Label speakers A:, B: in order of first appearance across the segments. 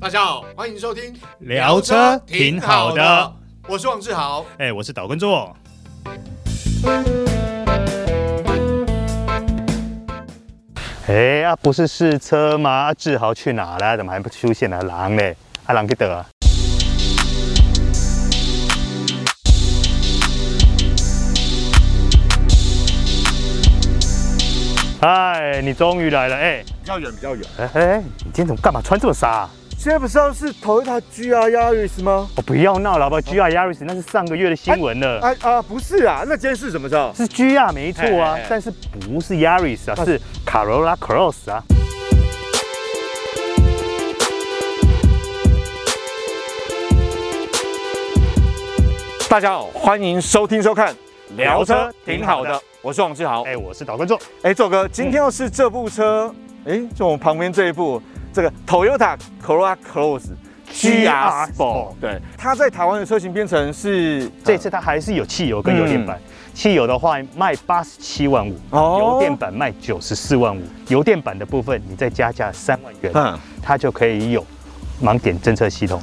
A: 大家好，欢迎收听
B: 聊车挺好的，，
A: 我是王志豪。
B: 哎、我是岛根座。哎、啊，不是试车吗？啊志豪去哪了？怎么还不出现啊？狼嘞？啊，狼去得啊？嗨，你终于来了！哎、
C: 比较远，比较远。
B: 哎、哎，你今天怎么干嘛穿这么傻、啊？
C: 现在不是要是投一台 GR Yaris 吗？
B: 我、不要闹了，好不好？GR Yaris 那是上个月的新闻了。
C: 啊啊，不是啊，那今天是什么时候？
B: 是 GR 没错啊，
C: 嘿嘿嘿
B: 但是不是 Yaris 啊，是 Corolla Cross 啊。
C: 大家好，欢迎收听收看《
B: 聊车挺好的》，
C: 我是王志豪。
B: 哎、我是导观众，
C: 哎，周哥，今天要是这部车，哎，
B: 嗯
C: 就我们旁边这一部，这个 Toyota Corolla Cross。
B: GR
C: GR
B: Sport
C: Sport，对，它在台湾的车型编程是
B: 这次它还是有汽油跟油电版。汽油的话卖八十七万五、
C: 哦
B: 油电版卖九十四万五。油电版的部分你再加价三万元，
C: 嗯
B: 它就可以有盲点侦测系统，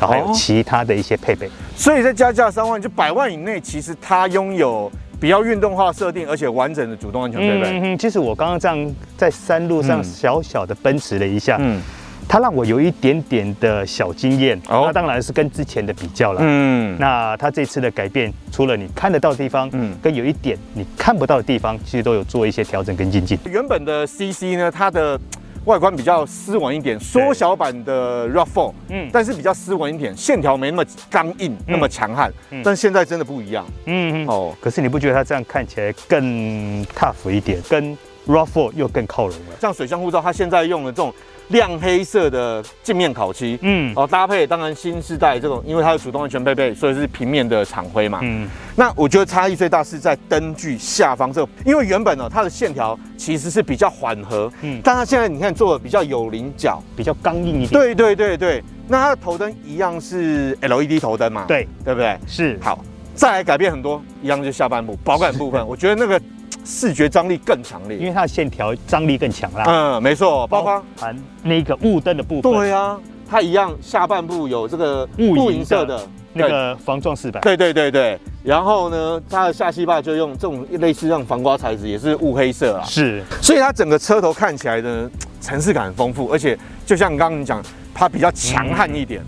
B: 然后还有
C: 哦
B: 其他的一些配备。
C: 所以再加价三万，就百万以内，其实它拥有比较运动化设定，而且完整的主动安全配备。
B: 嗯，其实我刚刚这样在山路上
C: 嗯
B: 小小的奔驰了一下，
C: 嗯
B: 它让我有一点点的小经验。
C: 哦
B: 那当然是跟之前的比较了。
C: 嗯，
B: 那它这次的改变，除了你看得到的地方，嗯
C: 嗯，
B: 跟有一点你看不到的地方，其实都有做一些调整跟精进。
C: 原本的 CC 呢，它的嘖外观比较斯文一点，缩小版的 RAV4，
B: 嗯
C: 嗯，但是比较斯文一点，线条没那么刚硬，那么强悍。
B: 嗯
C: 但现在真的不一样
B: 嗯哦。
C: 哦。
B: 可是你不觉得它这样看起来更 tough 一点，跟 RAV4 又更靠拢了？
C: 像水箱护罩，它现在用了这种亮黑色的镜面烤漆，
B: 嗯
C: 哦，搭配当然新世代这种，因为它有主动安全配备，所以是平面的厂徽嘛。
B: 嗯，
C: 那我觉得差异最大是在灯具下方这，因为原本呢、它的线条其实是比较缓和，
B: 嗯
C: 嗯，但它现在你看做的比较有棱角，
B: 比较刚硬一点。
C: 对对对对，那它的头灯一样是 LED 头灯嘛？
B: 对，
C: 对不对？
B: 是。
C: 好，再来改变很多，一样就下半部保感部分，我觉得那个视觉张力更强
B: 因
C: 烈。
B: 为它的线条张力更强啦，
C: 嗯，没错，包括
B: 含那个雾灯的部分，
C: 对啊，它一样下半部有这个
B: 雾银
C: 银色的
B: 那。个防撞饰板，
C: 对对对对对，然后呢，它的下气坝就用这种类似像防刮材质，也是雾黑色啊，
B: 是
C: 所以它整个车头看起来呢，层次感很丰富，而且就像刚刚你讲，它比较强悍一点。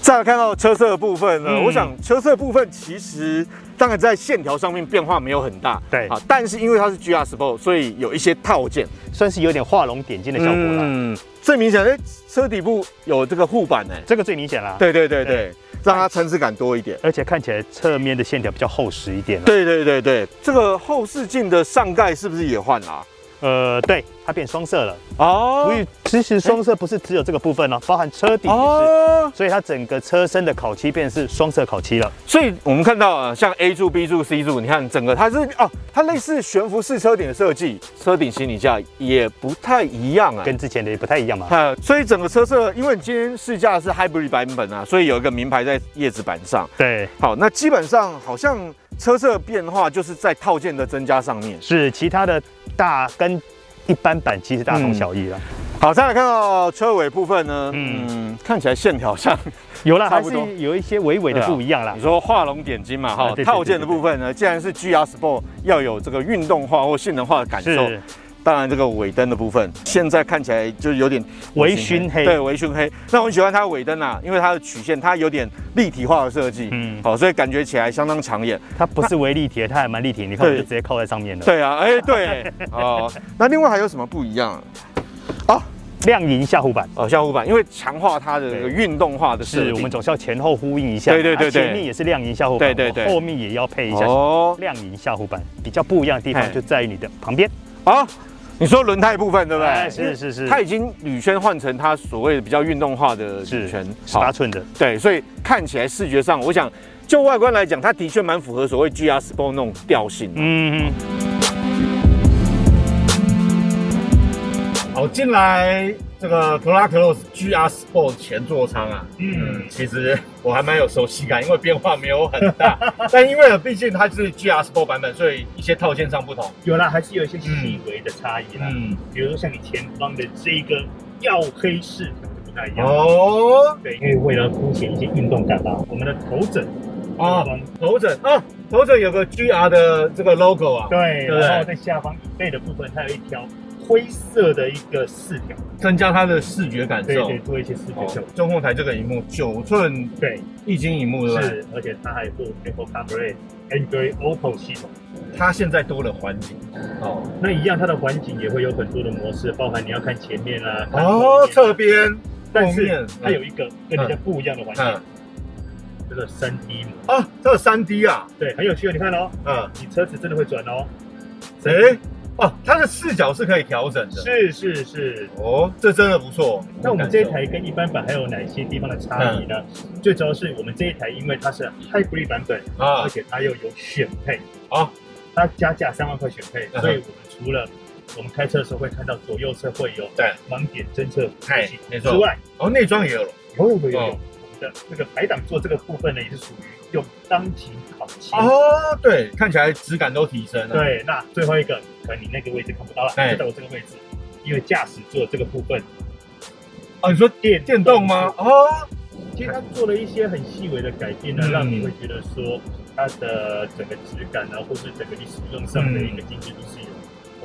C: 再来看到车色的部分呢，
B: 嗯
C: 我想车色部分其实当然在线条上面变化没有很大，
B: 对
C: 啊，但是因为它是 GR Sport，所以有一些套件
B: 算是有点画龙点睛的效果啦。
C: 嗯，最明显，哎、车底部有这个护板哎、
B: 这个最明显啦。，
C: 对对对对，让它层次感多一点。
B: 而且看起来侧面的线条比较厚实一点。，
C: 对对对对，这个后视镜的上盖是不是也换了、啊？
B: 呃，对，它变双色了。
C: 哦哎
B: 所以其实双色不是只有这个部分哦，包含车底也是。
C: 哦，
B: 所以它整个车身的烤漆变是双色烤漆了。
C: 所以我们看到啊，像 A 柱、B 柱、C 柱，你看整个它是哦，它类似悬浮式车顶的设计，车顶行李架也不太一样啊。
B: 跟之前的也不太一样 嘛。
C: 呃，所以整个车色，因为你今天试驾的是 Hybrid 版本啊，所以有一个名牌在叶子板上。
B: 对，
C: 好，那基本上好像车色的变化就是在套件的增加上面。
B: 是其他的大跟一般版其实大同小异了。
C: 好，再来看到车尾部分呢，
B: 嗯
C: 嗯，看起来线条像
B: 有啦，
C: 差
B: 还
C: 不
B: 是
C: 多
B: 有一些微微
C: 啊
B: 的不一样啦
C: 你。说画龙点睛嘛，
B: 啊
C: 哈
B: 对对，对
C: 套件的部分呢，既然是 GR Sport 要有这个运动化或性能化的感受，
B: 是，
C: 当然这个尾灯的部分，现在看起来就有点
B: 微醺黑
C: 对，微醺黑。那我很喜欢它的尾灯啊，因为它的曲线它有点立体化的设计，
B: 嗯
C: 嗯，好，所以感觉起来相当抢眼。
B: 它不是微立体的，它还蛮立体。你看，我
C: 对
B: 就直接靠在上面了。，
C: 对啊，哎， 对，哦，那另外还有什么不一样？
B: 亮银下护板。
C: 哦，像护板，因为强化它的这个
B: 对
C: 运动化的设
B: 是
C: 计，
B: 我们总是要前后呼应一下嘛，啊
C: 对对对对
B: 前面也是亮银下护板，
C: 对对对
B: 我后面也要配一下
C: 哦，哎
B: 亮银下护板。比较不一样的地方
C: 嘿
B: 就在于你的旁边，
C: 啊，你说轮胎部分对不
B: 哎
C: 对？
B: 是是是
C: 它已经铝圈换成它所谓的比较运动化的铝
B: 是
C: 圈，
B: 十
C: 好
B: 八，寸的，
C: 对，所以看起来视觉上，我想就外观来讲，它的确蛮符合所谓 GR Sport 那种调性。
B: 嗯，
D: 好，进来这个 c o r o l a Cross GR Sport 前座舱啊，嗯，其实我还蛮有熟悉感，因为变化没有很大， 但因为毕竟它是 GR Sport 版本，所以一些套件上不同。
B: 有啦，还是有一些细微的差异啦，
D: 嗯，
B: 比如说像你前方的这一个耀黑饰，太一样。
C: 哦
B: 对，因为为了凸显一些运动感吧，我们的头枕
C: 哦，头枕啊，头枕有个 GR 的这个 logo 啊，
B: 对，
C: 对
B: 然后在下方椅背的部分，它有一条灰色的一个饰条，
C: 增加它的视觉感
B: 对
C: 受
B: 对，。做一些视觉
C: 哦
B: 效果。
C: 中控台这个荧幕九寸
B: 对，
C: 液晶荧幕对吧？
B: 是，而且它还有做 Apple CarPlay、Android Auto 系统。
C: 它现在多了环景哦
B: 那一样，它的环景也会有很多的模式，包含你要看前面啊，看
C: 哦，
B: 后
C: 侧
B: 面
C: 边
B: 但
C: 后面
B: 是它有一个跟人家不一样的环
C: 嗯
B: 境，这个三 D 模，
C: 啊，这个三 D 啊，
B: 对，很有趣哦。你看哦，
C: 嗯，
B: 你车子真的会转哦，
C: 诶，哦，它的视角是可以调整的
B: 是是是。
C: 哦，这真的不错。
B: 那我们这一台跟一般版还有哪些地方的差异呢？
C: 嗯
B: 最主要是我们这一台，因为它是 Hybrid 版本，
C: 啊
B: 而且它又有选配，
C: 哦，
B: 它加价三万块选配，
C: 嗯哼
B: 所以我们除了我们开车的时候会看到左右侧会有
C: 对
B: 盲点侦测
C: 哎
B: 器
C: 没错
B: 之外，
C: 哦，内装也有了
B: 有有有有
C: 哦
B: 我们的这个排档座这个部分呢，也是属于用钢琴烤漆。
C: 哦，对，看起来质感都提升了。，
B: 对，那最后一个可能你那个位置看不到了，
C: 哎
B: 就在我这个位置，因为驾驶座这个部分，
C: 哦，你说
B: 电
C: 电动吗？？哦，
B: 其实它做了一些很细微的改变呢，
C: 嗯
B: 让你会觉得说它的整个质感啊，或是整个你使用上的一个精致度是有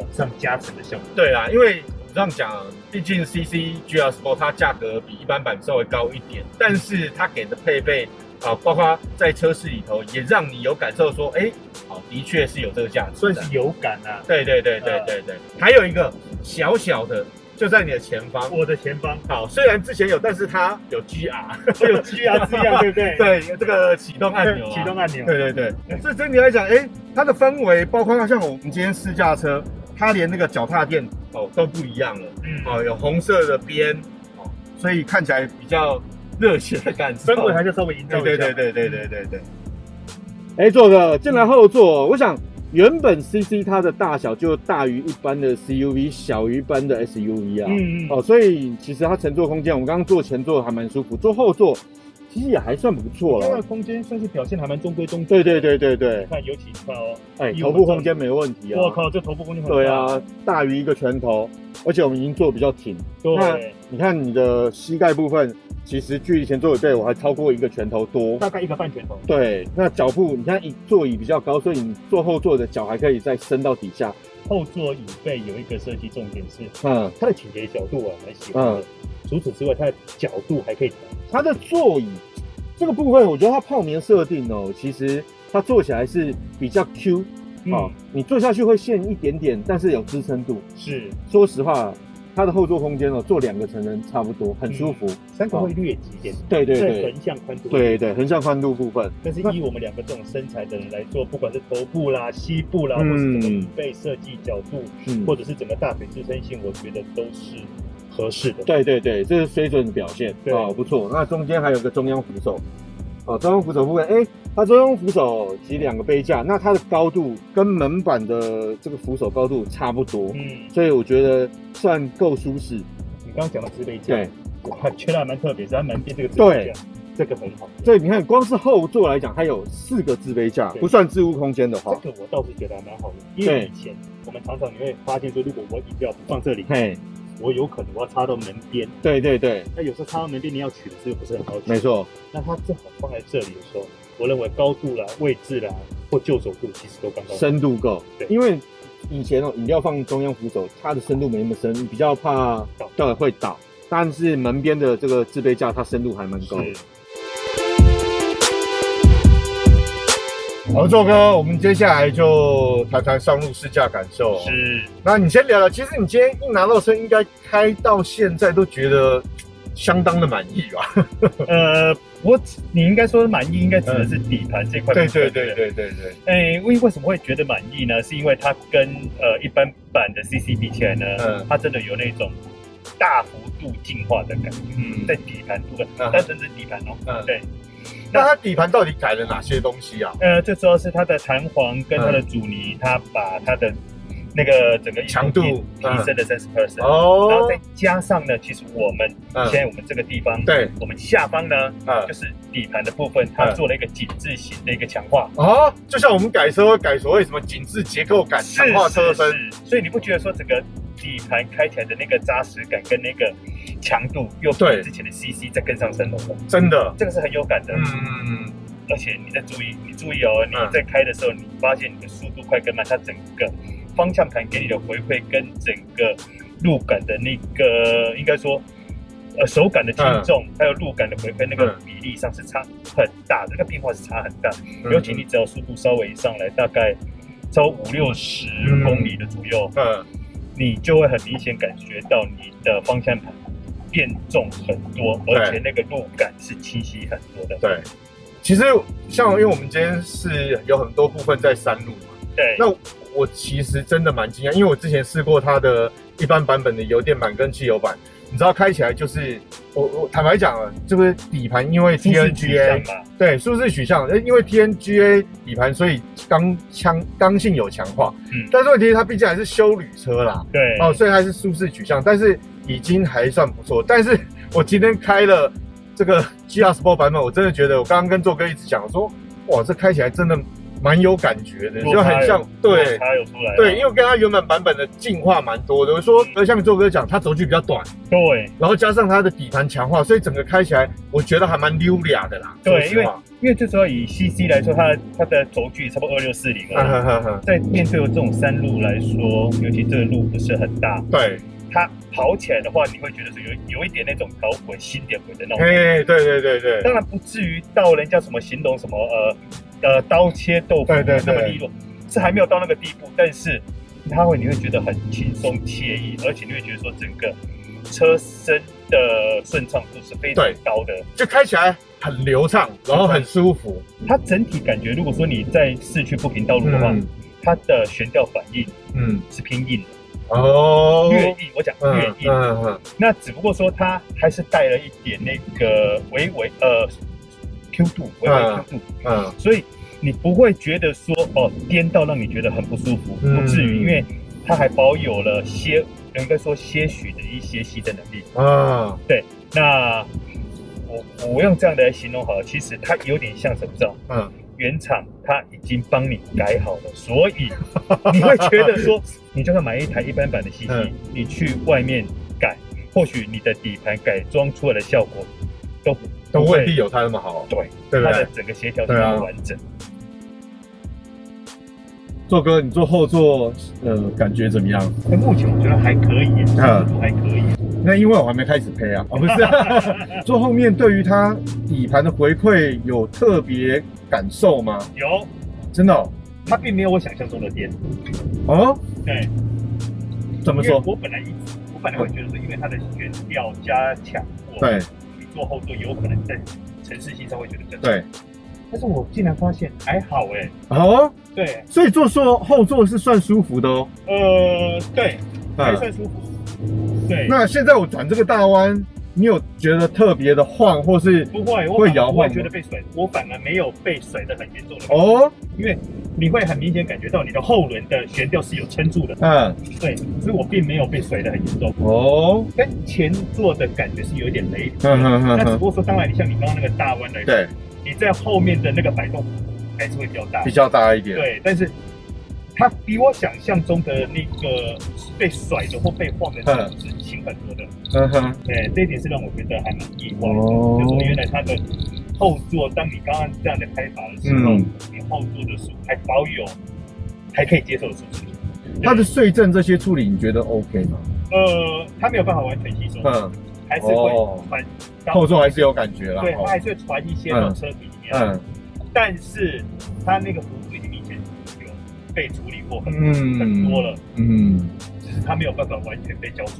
B: 往上加成的效果。
C: 对啊啦，因为这样讲，毕竟 CC GR Sport 它价格比一般版稍微高一点，但是它给的配备啊，包括在车室里头，也让你有感受说，哎，好，的确是有这个价值
B: 算
C: 的。
B: 是有感啊。
C: 对对对对对对，还有一个小小的，就在你的前方。
B: 我的前方哎
C: 好，虽然之前有，但是它有 GR，
B: 会有 G R 字啊样，对不 对？
C: 对这个启动按钮、啊，
B: 启动按钮。
C: 对对对，所以整体来讲，哎，它的氛围，包括像我们今天试驾车，它连那个脚踏垫哦都不一样了，
B: 嗯，
C: 哦，有红色的边，哦，所以看起来比较热血的感受。
B: 氛围还是稍微营造
C: 对
B: 一下。
C: 对对对对对对对。哎，坐哥进来后座，我想原本 CC 它的大小就大于一般的 CUV，小于一般的 SUV 啊，
B: 嗯嗯
C: 哦，所以其实它乘坐空间，我们刚刚坐前座还蛮舒服，坐后座其实也还算不错
B: 这个
C: 了。
B: 空间算是表现还蛮中规中矩。
C: 对对对对对
B: 你，看有几块哦，
C: 哎，头部空间没问题啊。
B: 我靠，这头部空间很大
C: 对，啊，大于一个拳头，而且我们已经做比较挺。
B: 对，
C: 你看你的膝盖部分，其实距离前座椅背我还超过一个拳头多。
B: 大概一个半拳头。
C: 对，那脚部你看椅座椅比较高，所以你坐后座的脚还可以再伸到底下。
B: 后座椅背有一个设计重点是
C: 嗯，
B: 它的倾斜角度我还蛮喜欢的。除此之外，它的角度还可以调。
C: 它的座椅这个部分，我觉得它泡棉设定哦，其实它坐起来是比较 Q 啊、
B: 嗯，
C: 你坐下去会陷一点点，但是有支撑度。
B: 是
C: 说实话，它的后座空间哦，坐两个成人差不多，很舒服。
B: 三个会略挤一点，
C: 对对
B: 在
C: 嗯对
B: 横向宽度。
C: 对对，横向宽度部分。
B: 但是以我们两个这种身材的人来做，不管是头部啦、膝部啦，
C: 嗯
B: 或是整个椅背设计角度，
C: 嗯
B: 或者是整个大腿支撑性，我觉得都是合适的。
C: 对对对，这是水准表现
B: 对
C: 哦，不错。那中间还有个中央扶手，哦，中央扶手部分，哎，它中央扶手及两个杯架，那它的高度跟门板的这个扶手高度差不多，
B: 嗯，
C: 所以我觉得算够舒适。
B: 你刚刚讲到自备架，
C: 对，
B: 我觉得还蛮特别，是它门边这个自备
C: 对
B: 架，这个很好。
C: 所以你看，光是后座来讲，它有四个置杯架，
B: 对
C: 不算置物空间的话，
B: 这个我倒是觉得还蛮好的，因为
C: 对
B: 以前我们常常你会发现说，如果我饮料不放这里，
C: 嘿，
B: 我有可能我要插到门边，
C: 对对对，
B: 那有时候插到门边你要取的时候不是很好取
C: 没。错，
B: 那它正好放在这里的时候，我认为高度啦、位置啦或就手度其实都刚刚好。
C: 深度够
B: 对，
C: 因为。以前哦，饮料放中央扶手，它的深度没那么深，比较怕
B: 倒
C: 倒会倒。但是门边的这个置杯架，它深度还蛮高的。好，作哥，我们接下来就谈谈上路试驾感受。
B: 是
C: 那你先聊聊，其实你今天一拿到车，应该开到现在都觉得相当的满意吧？
B: 是，呃，我你应该说满意，应该指的是底盘这块、
C: 对对对。对对对，
B: 哎，为为什么会觉得满意呢？是因为它跟呃一般版的 CC 比起来呢，
C: 嗯
B: 它真的有那种大幅度进化的感觉，
C: 嗯
B: 在底盘部分，
C: 嗯
B: 单纯是底盘哦，
C: 嗯
B: 对。
C: 那它底盘到底改了哪些东西啊？
B: 呃，最主要是它的弹簧跟它的
C: 嗯
B: 阻尼，它把它的那个整个
C: 强度嗯
B: 提升了三十 percent，然后
C: 哦
B: 再，加上呢，其实我们
C: 嗯
B: 现在我们这个地方，
C: 对，
B: 我们下方呢
C: 嗯
B: 就，是底盘的部分，它
C: 嗯
B: 做了一个紧致型的一个强化。
C: 哦，啊就像我们改车会改所谓什么紧致结构感、强化车身，
B: 是，所以你不觉得说整个底盘开起来的那个扎实感跟那个强度，又比
C: 对
B: 之前的 CC 再更上升了，
C: 真的，
B: 这个是很有感的。
C: 嗯，
B: 而且你在注意，你注意哦，你
C: 嗯
B: 在开的时候，你发现你的速度快跟慢，它整个方向盘给你的回馈跟整个路感的那个，应该说，呃，手感的轻重，还有路感的回馈，那个
C: 嗯
B: 比例上是差很大，这个变化是差很大。
C: 嗯
B: 尤其你只要速度稍微上来，大概超五六十
C: 嗯
B: 公里的左右，
C: 嗯，
B: 你就会很明显感觉到你的方向盘变重很多，
C: 对
B: 而且那个路感是清晰很多的。
C: 对。其实像因为我们今天是有很多部分在山路嘛，
B: 对，
C: 那我其实真的蛮惊讶，因为我之前试过它的一般版本的油电版跟汽油版，你知道开起来就是我我坦白讲啊，这个底盘因为
B: 舒适取向
C: TNGA
B: 嘛，
C: 对舒适取向，呃因为 TNGA 底盘所以刚强刚性有强化，
B: 嗯
C: 但是问题是它毕竟还是修旅车啦，
B: 对，
C: 哦，所以它是舒适取向，但是已经还算不错。但是 我今天开了这个 GR Sport 版本，我真的觉得我刚刚跟做哥一直讲，我说哇，这开起来真的蛮有感觉的，
B: 落
C: 就
B: 差有
C: 很像对
B: 它有出来了，
C: 对，因为我跟它原本版本的进化蛮多的。我说，呃，像做哥讲，它轴距比较短，
B: 对，
C: 然后加上它的底盘强化，所以整个开起来我觉得还蛮溜俩的啦。
B: 对
C: 说实话
B: 因为这时候以 CC 来说，它的它的轴距差不多二六四零
C: 嗯
B: 了。
C: 哼哼哼，
B: 在面对这种山路来说，尤其这个路不是很大，
C: 对，
B: 它跑起来的话，你会觉得说有有一点那种搞鬼新点鬼的那种感觉。
C: 嘿，对对对对，
B: 当然不至于到人家什么形容什么呃呃刀切豆腐
C: 对对对
B: 那么利落，是还没有到那个地步，但是它会你会觉得很轻松惬意，而且你会觉得说整个车身的顺畅度是非常
C: 对
B: 高的。
C: 就开起来很流畅，然后很舒服。
B: 它整体感觉，如果说你在市区不平道路的话，
C: 嗯
B: 它的悬吊反应
C: 嗯，
B: 是偏硬的，
C: 哦，
B: 越硬，我讲越
C: 嗯
B: 硬。
C: 嗯嗯，
B: 那只不过说它还是带了一点那个微微呃 Q 度，微微 Q 度，
C: 嗯，
B: 所以你不会觉得说哦颠到让你觉得很不舒服，
C: 嗯
B: 不至于，因为它还保有了些应该说些许的一些牺牲能力。
C: 啊，
B: 那我我用这样的来形容好了，其实它有点像什么？知道吗
C: 嗯，
B: 原厂它已经帮你改好了，所 以你会觉得说，你就算买一台一般版的 CC，、
C: 嗯
B: 你去外面改，或许你的底盘改装出来的效果都
C: 都
B: 不
C: 未必
B: 会，
C: 有它那么好，
B: 对
C: 对不
B: 它的
C: 对？
B: 整个协调性
C: 对啊
B: 很完整。
C: 做哥，你坐后座，呃，感觉怎么样？
B: 那哎目前我觉得还可以耶，
C: 嗯
B: 还可以。
C: 那因为我还没开始配 啊，哦，不 是，坐后面对于它底盘的回馈有特别感受吗？
B: 有，
C: 真的哦，
B: 它并没有我想象中的颠。
C: 哦
B: 对，
C: 怎么
B: 因为
C: 说？
B: 我本来一直，我本来会觉得说，因为它的悬吊加强过，
C: 对
B: 你坐后座有可能在城市性上会觉得更。
C: 对，
B: 但是我竟然发现还好哎。
C: 哦，
B: 对，
C: 所以坐坐后座是算舒服的哦。
B: 呃，对，还
C: 嗯，
B: 算舒服。对，
C: 那现在我转这个大弯，你有觉得特别的晃，或是
B: 不会，我
C: 会
B: 反而
C: 摇
B: 不会
C: 晃
B: 觉
C: 吗
B: 得被甩，我反而没有被甩得很严重的。哦，
C: 哦，
B: 因为你会很明显感觉到你的后轮的悬吊是有撑住的，
C: 嗯，
B: 对，所以我并没有被甩得很严重，
C: 哦，
B: 跟前座的感觉是有一点雷同。
C: 嗯嗯
B: 那
C: 嗯
B: 只不
C: 嗯，
B: 过说，当然你像你刚刚那个大弯来说，
C: 对，
B: 你在后面的那个摆动还是会比较大
C: 比，较大一点。
B: 对，但是它比我想象中的那个被甩的或被晃的那种是轻很多的，
C: 嗯哼，
B: 对，这一点是让我觉得还蛮意外的，
C: 哦
B: 就是说原来它的后座，当你刚刚这样的开法的时候，
C: 嗯
B: 你后座的速还保有还可以接受的舒适性，
C: 它的税震这些处理，你觉得 OK 吗？
B: 呃，它没有办法完全吸收，
C: 嗯，
B: 还是会
C: 哦
B: 传到
C: 后座还是有感觉啦。
B: 对，
C: 哦
B: 它还是会传一些到车体里面。
C: 嗯
B: 但是它那个幅度已经明显有被处理过很
C: 嗯
B: 很多了，
C: 嗯，
B: 只是它没有办法完全被交出。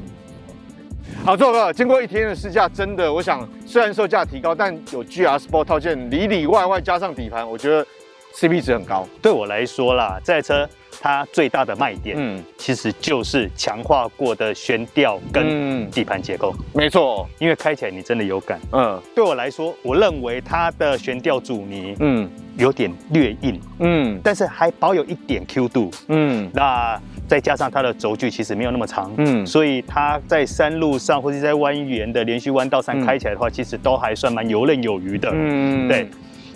A: 好，这首歌经过一天的试驾，真的，我想虽然售价提高，但有 GR Sport 套件里里外外加上底盘，我觉得 CP 值很高。
E: 对我来说啦，这台车它最大的卖点，
A: 嗯
E: 其实就是强化过的悬吊跟
A: 嗯，
E: 底盘结构，
A: 没错，
E: 因为开起来你真的有感。
A: 嗯
E: 对我来说，我认为它的悬吊阻尼
A: 嗯
E: 有点略硬，
A: 嗯
E: 但是还保有一点 Q 度。
A: 嗯
E: 那再加上它的轴距其实没有那么长，
A: 嗯
E: 所以它在山路上或者在蜿蜒的连续弯道上
A: 嗯
E: 开起来的话，其实都还算蛮游刃有余的。
A: 嗯
E: 对。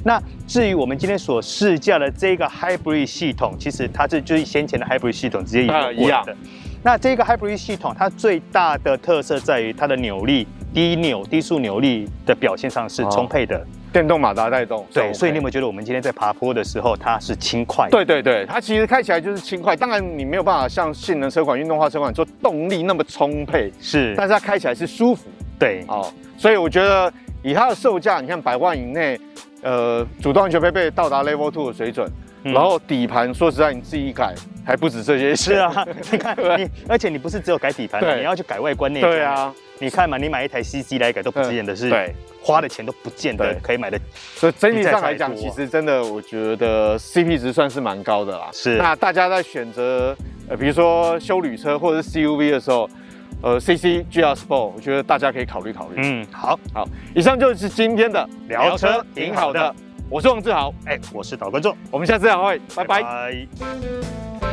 E: 那至于我们今天所试驾的这个 Hybrid 系统，其实它这就是先前的 Hybrid 系统直接
A: 啊
E: 沿用
A: 一
E: 过
A: 样
E: 的。
B: 那这个 Hybrid 系统它最大的特色在于它的扭力低扭低速扭力的表现上是
C: 哦
B: 充沛的，
C: 电动马达带动，
B: 对，所以你有
C: 们
B: 没有觉得我们今天在爬坡的时候它是轻快？，
C: 对对对，它其实开起来就是轻快，当然你没有办法像性能车款、运动化车款说动力那么充沛，
B: 是，
C: 但是它开起来是舒服
B: 对，
C: 哦，所以我觉得以它的售价，你看百万以内，呃，主动安全配备到达 Level Two 的水准，
B: 嗯
C: 然后底盘说实在你自己改还不止这些
B: 是
C: 钱，
B: 啊，你看你，而且你不是只有改底盘啊，
C: 对
B: 你要去改外观内装。
C: 对，啊，
B: 你看嘛，你买一台 CC 来改都不见得是，
C: 对，
B: 花的钱都不见得
C: 对
B: 可以买的。
C: 所以整体上来讲，
B: 比赛才
C: 其
B: 多
C: 实真的我觉得 CP 值算是蛮高的啦。
B: 是
C: 那大家在选择呃，比如说修旅车或者是 CUV 的时候，呃，CC GR Sport，我觉得大家可以考虑考虑。嗯，
B: 嗯，好，
C: 好，以上就是今天的
B: 聊车挺好的，
C: 我是王志豪，
B: 哎，我是导观众，
C: 我们下次再会，拜拜
B: 拜